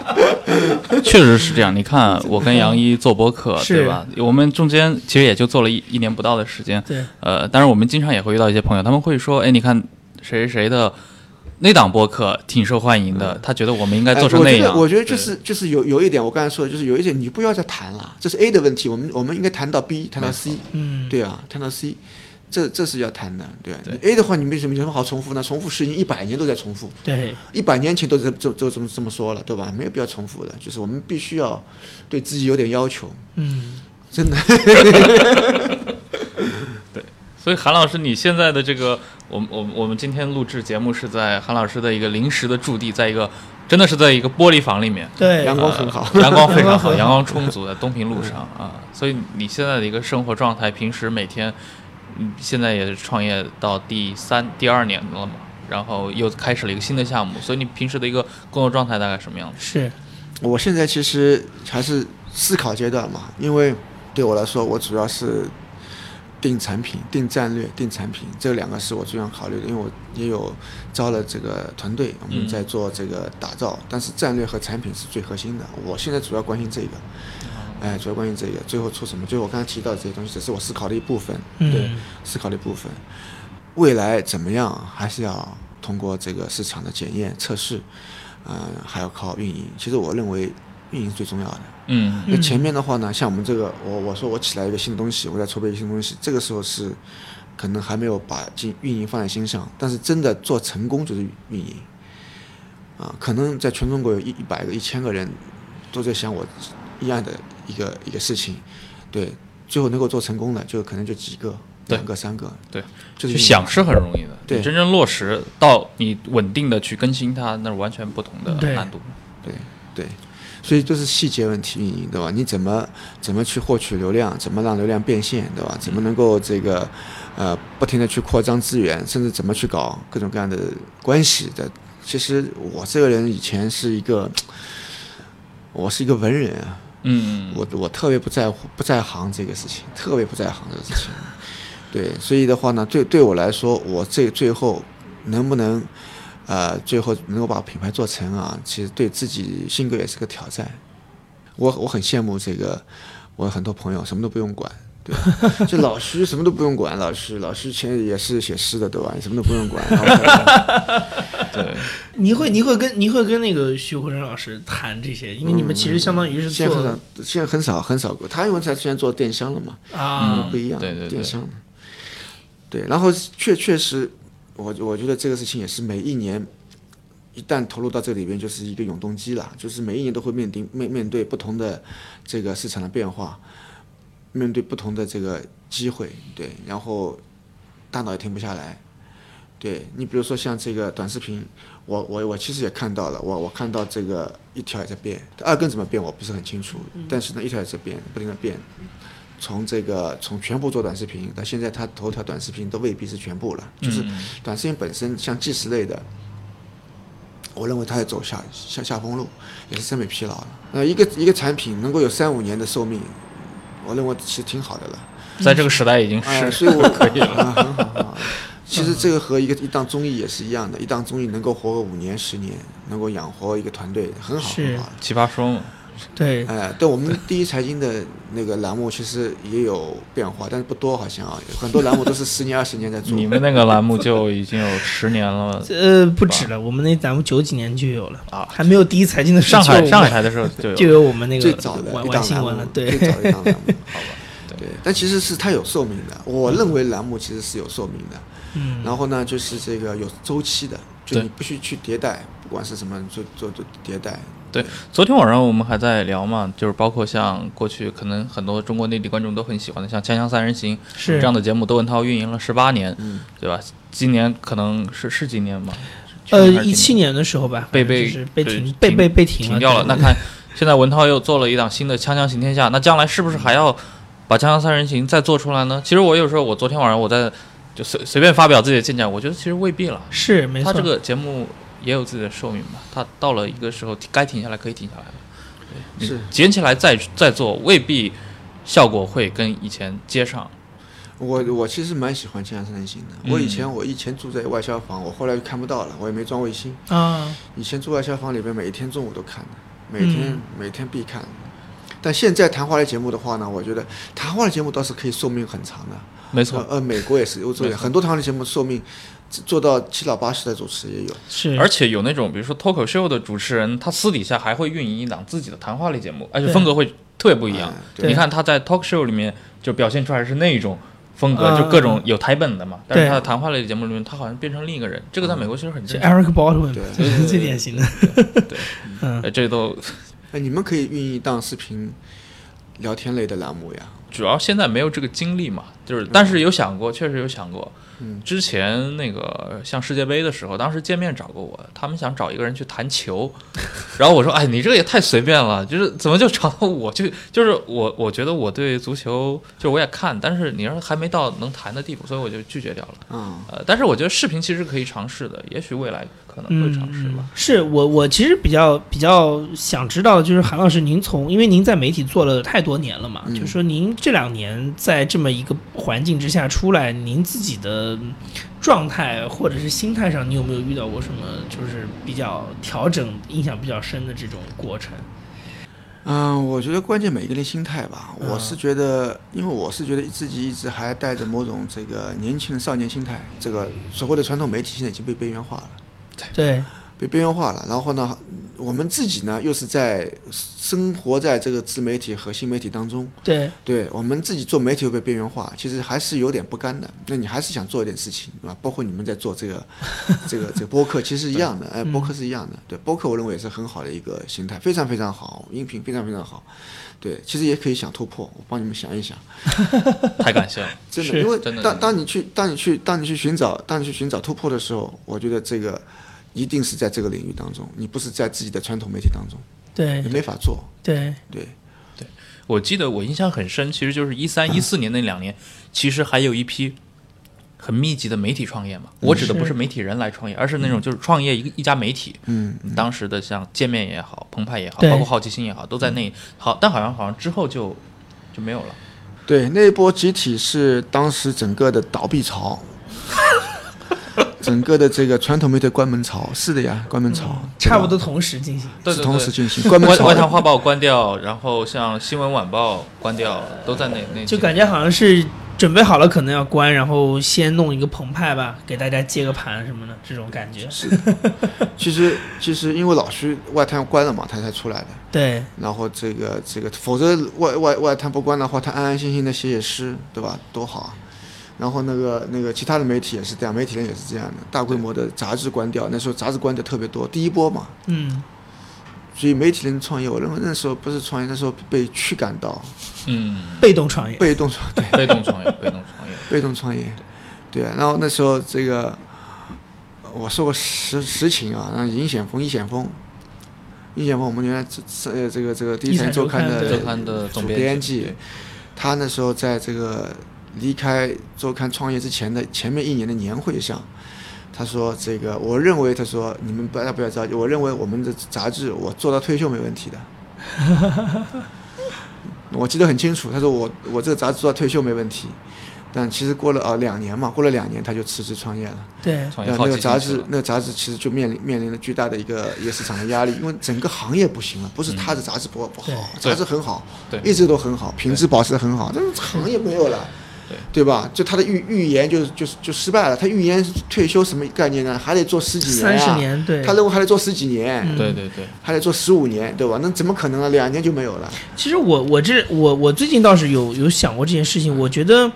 确实是这样。你看， 我跟杨一做播客，是对吧？我们中间其实也就做了一一年不到的时间。对，呃，当然我们经常也会遇到一些朋友，他们会说：“哎，你看谁谁谁的那档播客挺受欢迎的，他觉得我们应该做成那样。哎我觉得我觉得就是就是有有一点，我刚才说的就是有一点，你不要再谈了，这是 A 的问题，我们我们应该谈到 B，谈到 C，嗯，对啊，谈到 C，这这是要谈的，对对你 A 的话，你没什么有什么好重复呢？重复事情一百年都在重复，对，一百年前都这这这这么这么说了，对吧？没有必要重复的，就是我们必须要对自己有点要求，嗯，真的。所以韩老师，你现在的这个，我们我们我们今天录制节目是在韩老师的一个临时的驻地，在一个真的是在一个玻璃房里面，对，阳光很好呃阳光非 阳光常好，很好阳光充足，在东平路上啊。所以你现在的一个生活状态，平时每天，嗯，现在也是创业到第三、第二年了嘛，然后又开始了一个新的项目，所以你平时的一个工作状态大概什么样子？是，我现在其实还是思考阶段嘛，因为对我来说，我主要是定产品、定战略、定产品这两个是我最想考虑的，因为我也有招了这个团队，我们在做这个打造，但是战略和产品是最核心的。我现在主要关心这个，哎，主要关心这个，最后出什么？就是我刚才提到的这些东西，只是我思考的一部分，对嗯，思考的一部分。未来怎么样，还是要通过这个市场的检验测试，嗯、还要靠运营。其实我认为运营是最重要的。嗯那嗯前面的话呢，像我们这个，我我说我起来一个新的东西，我在筹备一个新东西，这个时候是可能还没有把经运营放在心上，但是真的做成功就是运营啊，可能在全中国有一一百个、一千个人都在想我一样的一个一个事情，对，最后能够做成功的就可能就几个、对两个、三个，对，就是就运营想是很容易的，对你真正落实到你稳定的去更新它，那是完全不同的对难度。对对，所以就是细节问题运营，对吧？你怎么怎么去获取流量，怎么让流量变现，对吧？怎么能够这个呃不停的去扩张资源，甚至怎么去搞各种各样的关系的？其实我这个人以前是一个，我是一个文人啊，嗯，我我特别不在乎不在行这个事情，特别不在行这个事情。对，所以的话呢，对对我来说，我这最后能不能，呃，最后能够把品牌做成啊，其实对自己性格也是个挑战。我我很羡慕这个，我有很多朋友什么都不用管，对吧，就老师什么都不用管，老师老师以前也是写诗的，对吧？你什么都不用管，然后嗯对，你会你会跟你会跟那个徐慧生老师谈这些，因为嗯你们其实相当于是现在很做少，现在很少很少，他因为他现在做电商了嘛，啊，不一样，嗯对对对电商的。对，然后确确实，我我觉得这个事情也是每一年，一旦投入到这里边，就是一个永动机了，就是每一年都会面临面面对不同的这个市场的变化，面对不同的这个机会，对，然后大脑也停不下来。对你比如说像这个短视频，我我我其实也看到了，我我看到这个一条也在变，二更怎么变我不是很清楚，但是呢一条也在变，不停的变，从这个从全部做短视频，到现在它头条短视频都未必是全部了， 就是嗯短视频本身像纪实类的，我认为它也走下下下风路，也是审美疲劳了。那一个一个产品能够有三五年的寿命，我认为其实挺好的了。在这个时代已经哎，是所以我可以了、啊很好很好其实这个和一个一档综艺也是一样的，一档综艺能够活个五年十年，能够养活一个团队，很好是很好了。奇葩说嘛。对，，哎，对我们第一财经的那个栏目其实也有变化，但是不多，好像啊，很多栏目 都是十年二十年在做。你们那个栏目就已经有十年了 呃，不止了，我们那咱们九几年就有了啊还没有第一财经的时上候海就有上海台的时候就有就有我们那个最早的玩一玩档新栏闻了目，，对，最早的一档栏 目，好吧？对。但其实是它有寿命的，我认为栏目其实是有寿命的。嗯，然后呢，就是这个有周期的，就对你必须去迭代，不管是什么做做做迭代。对，昨天晚上我们还在聊嘛，就是包括像过去可能很多中国内地观众都很喜欢的，像《锵锵三人行》是这样的节目，窦文涛运营了十八年，嗯对吧？今年可能是是今年吗？呃，去年还是一七今年年的时候吧，被反正被就是被对停被被被停停掉了。对那看现在文涛又做了一档新的《锵锵行天下》，那将来是不是还要把《锵锵三人行》再做出来呢？其实我有时候，我昨天晚上我在就随随便发表自己的见解，我觉得其实未必了。是没他错，这个节目也有自己的寿命嘛，他到了一个时候该停下来可以停下来了，嗯对是捡起来再再做，未必效果会跟以前接上。我我其实蛮喜欢《锵锵三人行》的。我以嗯前我以前住在外销房，我后来就看不到了，我也没装卫星。啊，以前住外销房里边，每一天中午都看的，每天、嗯每天必看。但现在谈话类节目的话呢，我觉得谈话类节目倒是可以寿命很长的。没错，呃，呃美国也是，欧洲也没错很多谈话类节目寿命做到七老八十的主持也有。是，而且有那种比如说脱口秀的主持人，他私底下还会运营一档自己的谈话类节目，而且对风格会特别不一样哎。对你看他在 talk show 里面就表现出来是那一种风格，嗯就各种有台本的嘛。但对是他在谈话类的节目里面，他好像变成另一个人，这个在美国其实很是正常。 Eric Baldwin，对这是最典型的。 嗯嗯呃这都哎，你们可以运用当视频聊天类的栏目呀。主要现在没有这个精力嘛，就是但是有想过，确实有想过。嗯之前那个像世界杯的时候，当时见面找过我，他们想找一个人去谈球， 然后我说：“哎，你这个也太随便了，就是怎么就找到我去？就是我我觉得我对足球就是我也看，但是你要是还没到能谈的地步，所以我就拒绝掉了。嗯，呃，但是我觉得视频其实可以尝试的，也许未来可能会尝试吧。嗯是我我其实比较比较想知道，就是韩老师，您从因为您在媒体做了太多年了嘛，嗯就说您这两年在这么一个环境之下出来，您自己的状态或者是心态上，你有没有遇到过什么就是比较调整印象比较深的这种过程？嗯，我觉得关键每一个人心态吧。嗯我是觉得，因为我是觉得自己一直还带着某种这个年轻的少年心态，这个所谓的传统媒体现在已经被边缘化了。哎对，被边缘化了。然后呢，我们自己呢又是在生活在这个自媒体和新媒体当中，对，对我们自己做媒体会被边缘化，其实还是有点不甘的。那你还是想做一点事情，对吧？包括你们在做这个这个这个播客，其实是一样的，哎，播客是一样的，对，播客我认为也是很好的一个形态，非常非常好，音频非常非常好。对，其实也可以想突破，我帮你们想一想。太感谢了，真的，是因为真的当真的当你去当你去当你去寻找当你去寻找突破的时候，我觉得这个一定是在这个领域当中，你不是在自己的传统媒体当中，对你，没法做。对，对，我记得我印象很深，其实就是一 三一四年那两年，其实还有一批很密集的媒体创业嘛。嗯我指的不是是媒体人来创业，而是那种就是创业一个一家媒体。嗯，当时的像界面也好，澎湃也好，对包括好奇心也好，都在嗯那好，但好像好像之后就就没有了。对，那一波集体是当时整个的倒闭 潮，整个的这个传统媒体关门潮，是的呀，关门潮，嗯对吧差不多同时进行。对是对同时对进 行，关门外潮外滩画报关掉，然后像新闻晚报关掉，都在那那就感觉好像是准备好了，可能要关，然后先弄一个澎湃吧，给大家接个盘什么的，这种感觉。其实其实因为老徐外滩关了嘛，他才出来的。对，然后这个这个，否则外外外滩不关的话，他安安心心的写写诗，对吧？多好啊！然后那个那个其他的媒体也是这样，媒体人也是这样的，大规模的杂志关掉，那时候杂志关掉特别多，第一波嘛。嗯，所以媒体人创业，我认为那时候不是创业，那时候被驱赶到嗯，被动创业。被动创对被动创业，被动创业。被动创业，对啊。然后那时候这个我说过实实情啊，那尹显峰，尹显峰，尹显峰，我们原来这这这个这个第一一产财周周刊刊的周刊的总主编辑编辑，他那时候在这个离开周刊创业之前的前面一年的年会上，他说：“这个我认为，他说你们不要不要着急，我认为我们的杂志我做到退休没问题的。 我记得很清楚，他说我我这个杂志做到退休没问题，但其实过了啊两年嘛，过了两年他就辞职创业了。对， 创业那好那个奇心杂去志了，那个杂志其实就面临面临了巨大的一个一个市场的压力，因为整个行业不行了，不是他的杂志不不好对，杂志很好，嗯对一直都很好，品质保持得很好，但是行业没有了。对对吧？就他的预预言就就就失败了。他预言退休什么概念呢？还得做十几年、三啊，十年，对他。认为还得做十几年，嗯对对对，还得做十五年，对吧？那怎么可能呢？两年就没有了。其实我我这我我最近倒是有有想过这件事情，我觉得。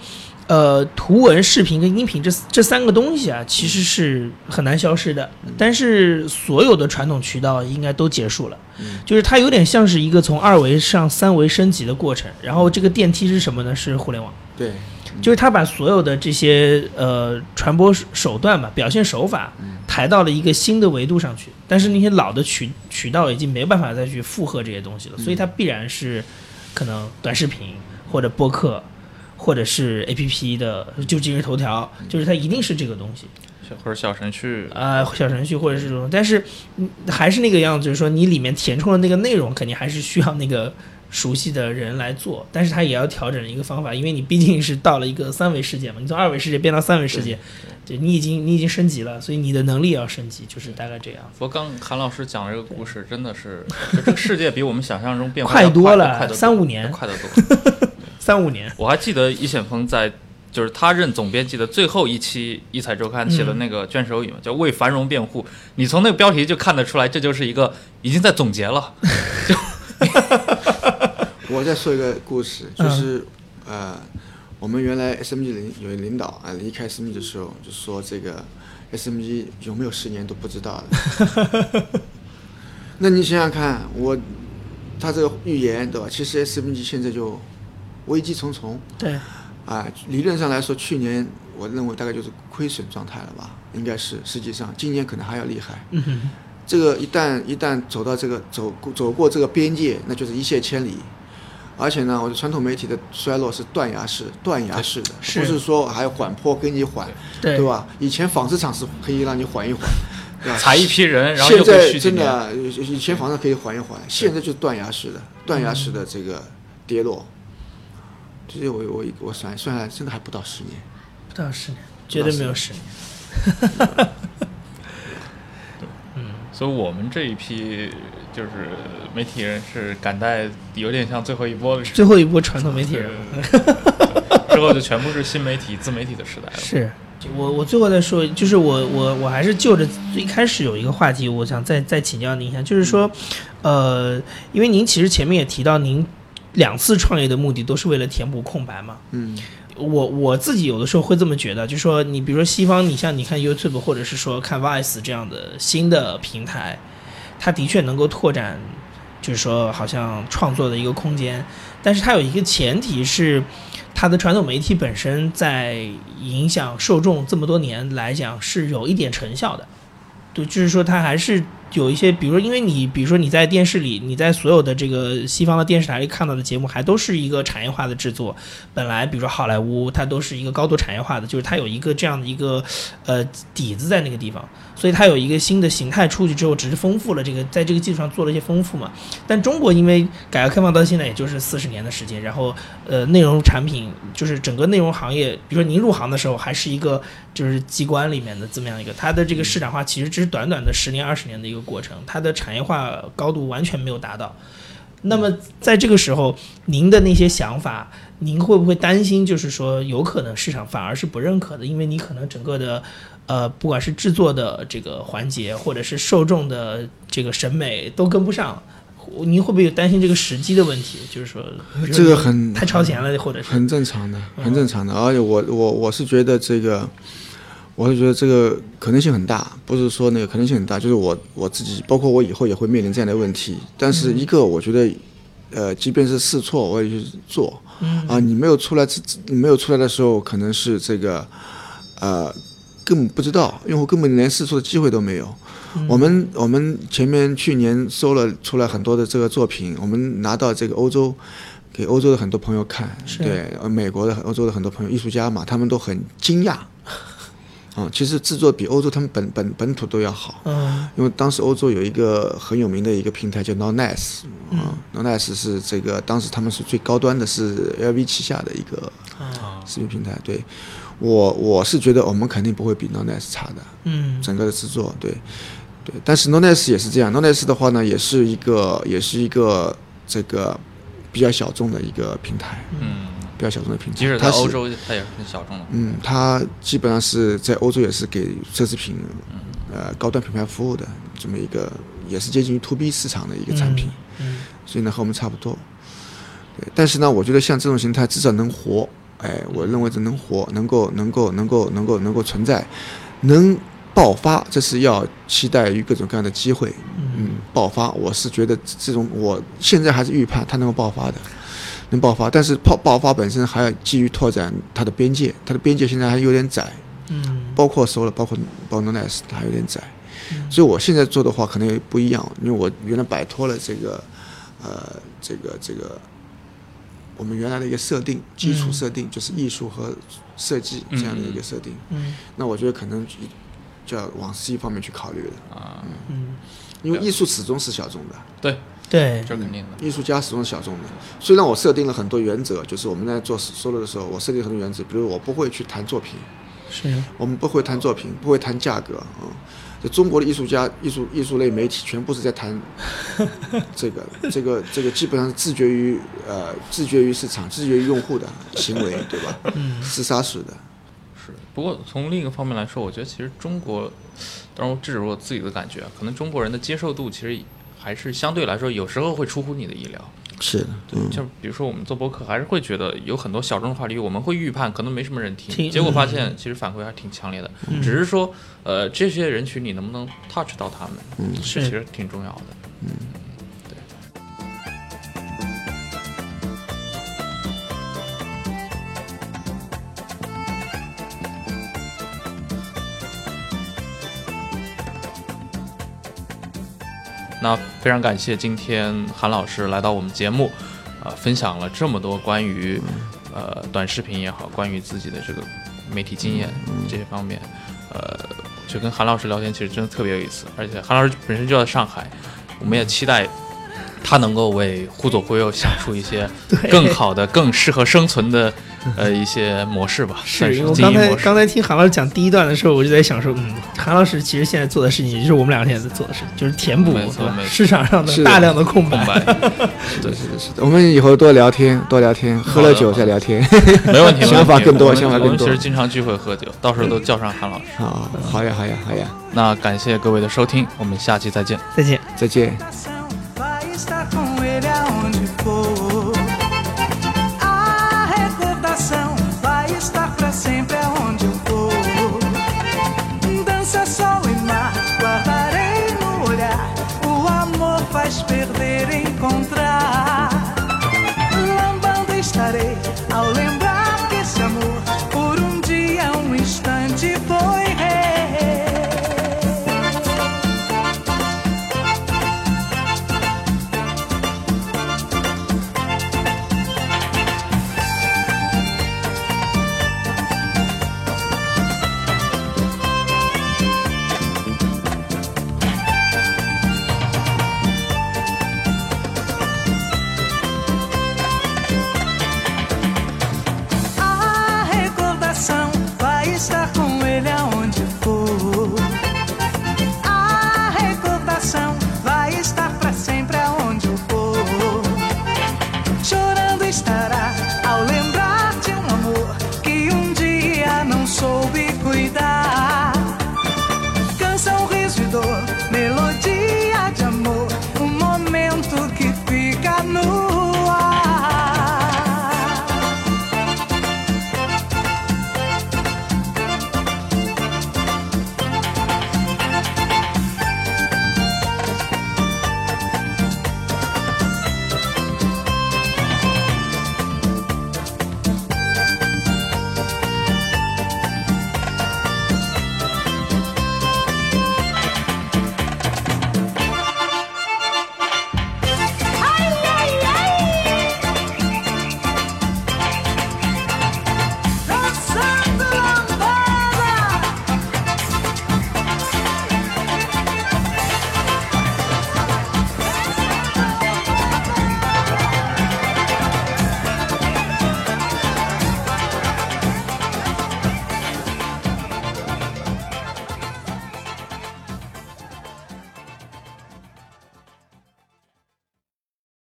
呃，图文、视频跟音频这这三个东西啊，其实是很难消失的。但是所有的传统渠道应该都结束了，嗯就是它有点像是一个从二维上三维升级的过程。然后这个电梯是什么呢？是互联网。对，就是他把所有的这些呃传播手段吧、表现手法抬到了一个新的维度上去，但是那些老的渠渠道已经没办法再去负荷这些东西了，所以它必然是可能短视频或者播客。或者是 A P P 的，就今日头条，就是它一定是这个东西，或者小程序，啊，小程序或者是这种，但是嗯还是那个样子，就是说你里面填充的那个内容，肯定还是需要那个熟悉的人来做，但是他也要调整一个方法，因为你毕竟是到了一个三维世界嘛，你从二维世界变到三维世界，对你已经你已经升级了，所以你的能力也要升级，就是大概这样。不过刚韩老师讲的这个故事，真的是 就这个世界比我们想象中变化快要多快了快得多三五年快得多。 三五年，我还记得易显峰在就是他任总编辑的最后一期《一彩周刊》写的那个卷首嗯语嘛，叫“为繁荣辩护”。你从那个标题就看得出来，这就是一个已经在总结了。嗯 我再说一个故事，就是、呃，我我们原来 SMG 领有一领导啊离开 SMG 的时候就说这个 SMG 有没有十年都不知道的。那你想想看，我他这个预言对吧？其实 SMG 现在就危机重重对，啊，理论上来说，去年我认为大概就是亏损状态了吧，应该是。实际上今年可能还要厉害。嗯哼，这个一旦一旦走到这个走过走过这个边界，那就是一泻千里。而且呢，我的传统媒体的衰落是断崖式、断崖式的，是不是说还缓坡给你缓，对吧？以前纺织厂是可以让你缓一缓，对吧？裁一批人，然后现又可以在续几真年。的，以前房子可以缓一缓，现在就是断崖式的、断崖式的这个嗯跌落。其实我我我算算下来，真的还不到十年。不到十年，绝对没有十年。所以我们这一批就是媒体人是赶在有点像最后一波的时最后一波传统媒体对 人了。之后就全部是新媒体、自媒体的时 代了。是我我最后再说，就是我我我还是就着最开始有一个话题，我想再再请教您一下，就是说，呃，因为您其实前面也提到，您两次创业的目的都是为了填补空白嘛。嗯，我我自己有的时候会这么觉得，就说你比如说西方，你像你看 YouTube 或者是说看 Vice 这样的新的平台，它的确能够拓展，就是说好像创作的一个空间，但是它有一个前提是，它的传统媒体本身在影响受众这么多年来讲是有一点成效的，对，就是说它还是。有一些，比如说，因为你，比如说你在电视里，你在所有的这个西方的电视台里看到的节目，还都是一个产业化的制作，本来比如说好莱坞，它都是一个高度产业化的，就是它有一个这样的一个呃底子在那个地方，所以它有一个新的形态出去之后，只是丰富了这个在这个基础上做了一些丰富嘛。但中国因为改革开放到现在也就是四十年的时间，然后呃内容产品就是整个内容行业，比如说您入行的时候还是一个就是机关里面的这么样一个，它的嗯这个市场化其实只是短短的十年二十年的一个过程，它的产业化高度完全没有达到。那嗯么在这个时候，您的那些想法，您会不会担心，就是说有可能市场反而是不认可的，因为你可能整个的，呃，不管是制作的这个环节，或者是受众的这个审美都跟不上，您会不会有担心这个时机的问题？就是说，比如说呃这个很太超前了，或者是嗯很正常的，很正常的。而且我我我是觉得这个，我是觉得这个可能性很大，不是说那个可能性很大，就是我我自己，包括我以后也会面临这样的问题。但是嗯一个，我觉得，呃，即便是试错，我也去做。嗯啊，你没有出来之，你没有出来的时候，可能是这个，呃，根本不知道，用户根本连试错的机会都没有。我们我们前面去年收了出来很多的这个作品，我们拿到这个欧洲，给欧洲的很多朋友看，是对，呃美国的、欧洲的很多朋友，艺术家嘛，他们都很惊讶。啊、其实制作比欧洲他们本本本土都要好。嗯因为当时欧洲有一个很有名的一个平台叫 No Nice，啊、n o 嗯 Nice 是这个当时他们是最高端的，是 LV 旗下的一个啊视频平台。对我我是觉得我们肯定不会比 No Nice 差的，嗯整个的制作对对。但是 No Nice 也是这样，No Nice 的话呢，也是一个也是一个这个比较小众的一个平台，嗯，比较小众的平台。即使在它是欧洲，它也是很小众的。嗯，它基本上是在欧洲也是给奢侈品，嗯呃，高端品牌服务的这么一个，也是接近于 to B 市场的一个产品，，嗯所以呢和我们差不多。对，但是呢，我觉得像这种形态至少能活，哎，我认为这能活，能够能够能够能够能够存在，能爆发，这是要期待于各种各样的机会，嗯嗯，爆发，我是觉得这种我现在还是预判它能够爆发的，能爆发，但是爆爆发本身还要基于拓展它的边界，它的边界现在还有点窄，嗯包括收了，包括包括 Nice 它还有点窄，嗯所以我现在做的话可能也不一样，因为我原来摆脱了这个，呃，这个这个我们原来的一个设定，基础嗯设定、就是艺术和设计这样的一个设定，嗯那我觉得可能就就要往西方面去考虑了，啊，嗯，因为艺术始终是小众的。对，对，这肯定的。艺术家始终是小众的。虽然我设定了很多原则，就是我们在做 solo 的时候，我设定很多原则，比如我不会去谈作品，是我们不会谈作品，不会谈价格啊。就中国的艺术家、艺术艺术类媒体全部是在谈这个、这个、这个，基本上是自觉于呃，自觉于市场、自觉于用户的行为，对吧？嗯自杀式的，是，不过从另一个方面来说，我觉得其实中国，当然这是我自己的感觉啊，可能中国人的接受度其实还是相对来说有时候会出乎你的意料。是的，对，就比如说我们做播客，还是会觉得有很多小众的话题，我们会预判可能没什么人听，听结果发现其实反馈还挺强烈的。只是说，呃，这些人群你能不能 touch 到他们，这其是。实挺重要的。那非常感谢今天韩老师来到我们节目，呃，分享了这么多关于呃短视频也好，关于自己的这个媒体经验这些方面，呃，就跟韩老师聊天其实真的特别有意思，而且韩老师本身就在上海，我们也期待。他能够为忽左忽右想出一些 对更好的、更适合生存的 呃一些模式吧，算是因为我经刚营才模式。刚才听韩老师讲第一段的时候，我就在想说，嗯，韩老师其实现在做的事情，也就是我们两个现在在做的事情，就是填补没错对吧没错市场上的是的大量的空白。明 白，是的，是的。我们以后多聊天，多聊天，喝了酒再聊天。没问题。没问题想法更多我们想法我们更多其实经常聚会喝酒，到时候都叫上韩老师。好，好呀，好呀，好呀，那感谢各位的收听，我们下期再见。再见。再见。 Vai estar com ele aonde for. A recordação vai estar pra sempre aonde eu for. Um Dança sol e mar, guardarei no olhar. O amor faz perder, encontrar. um um um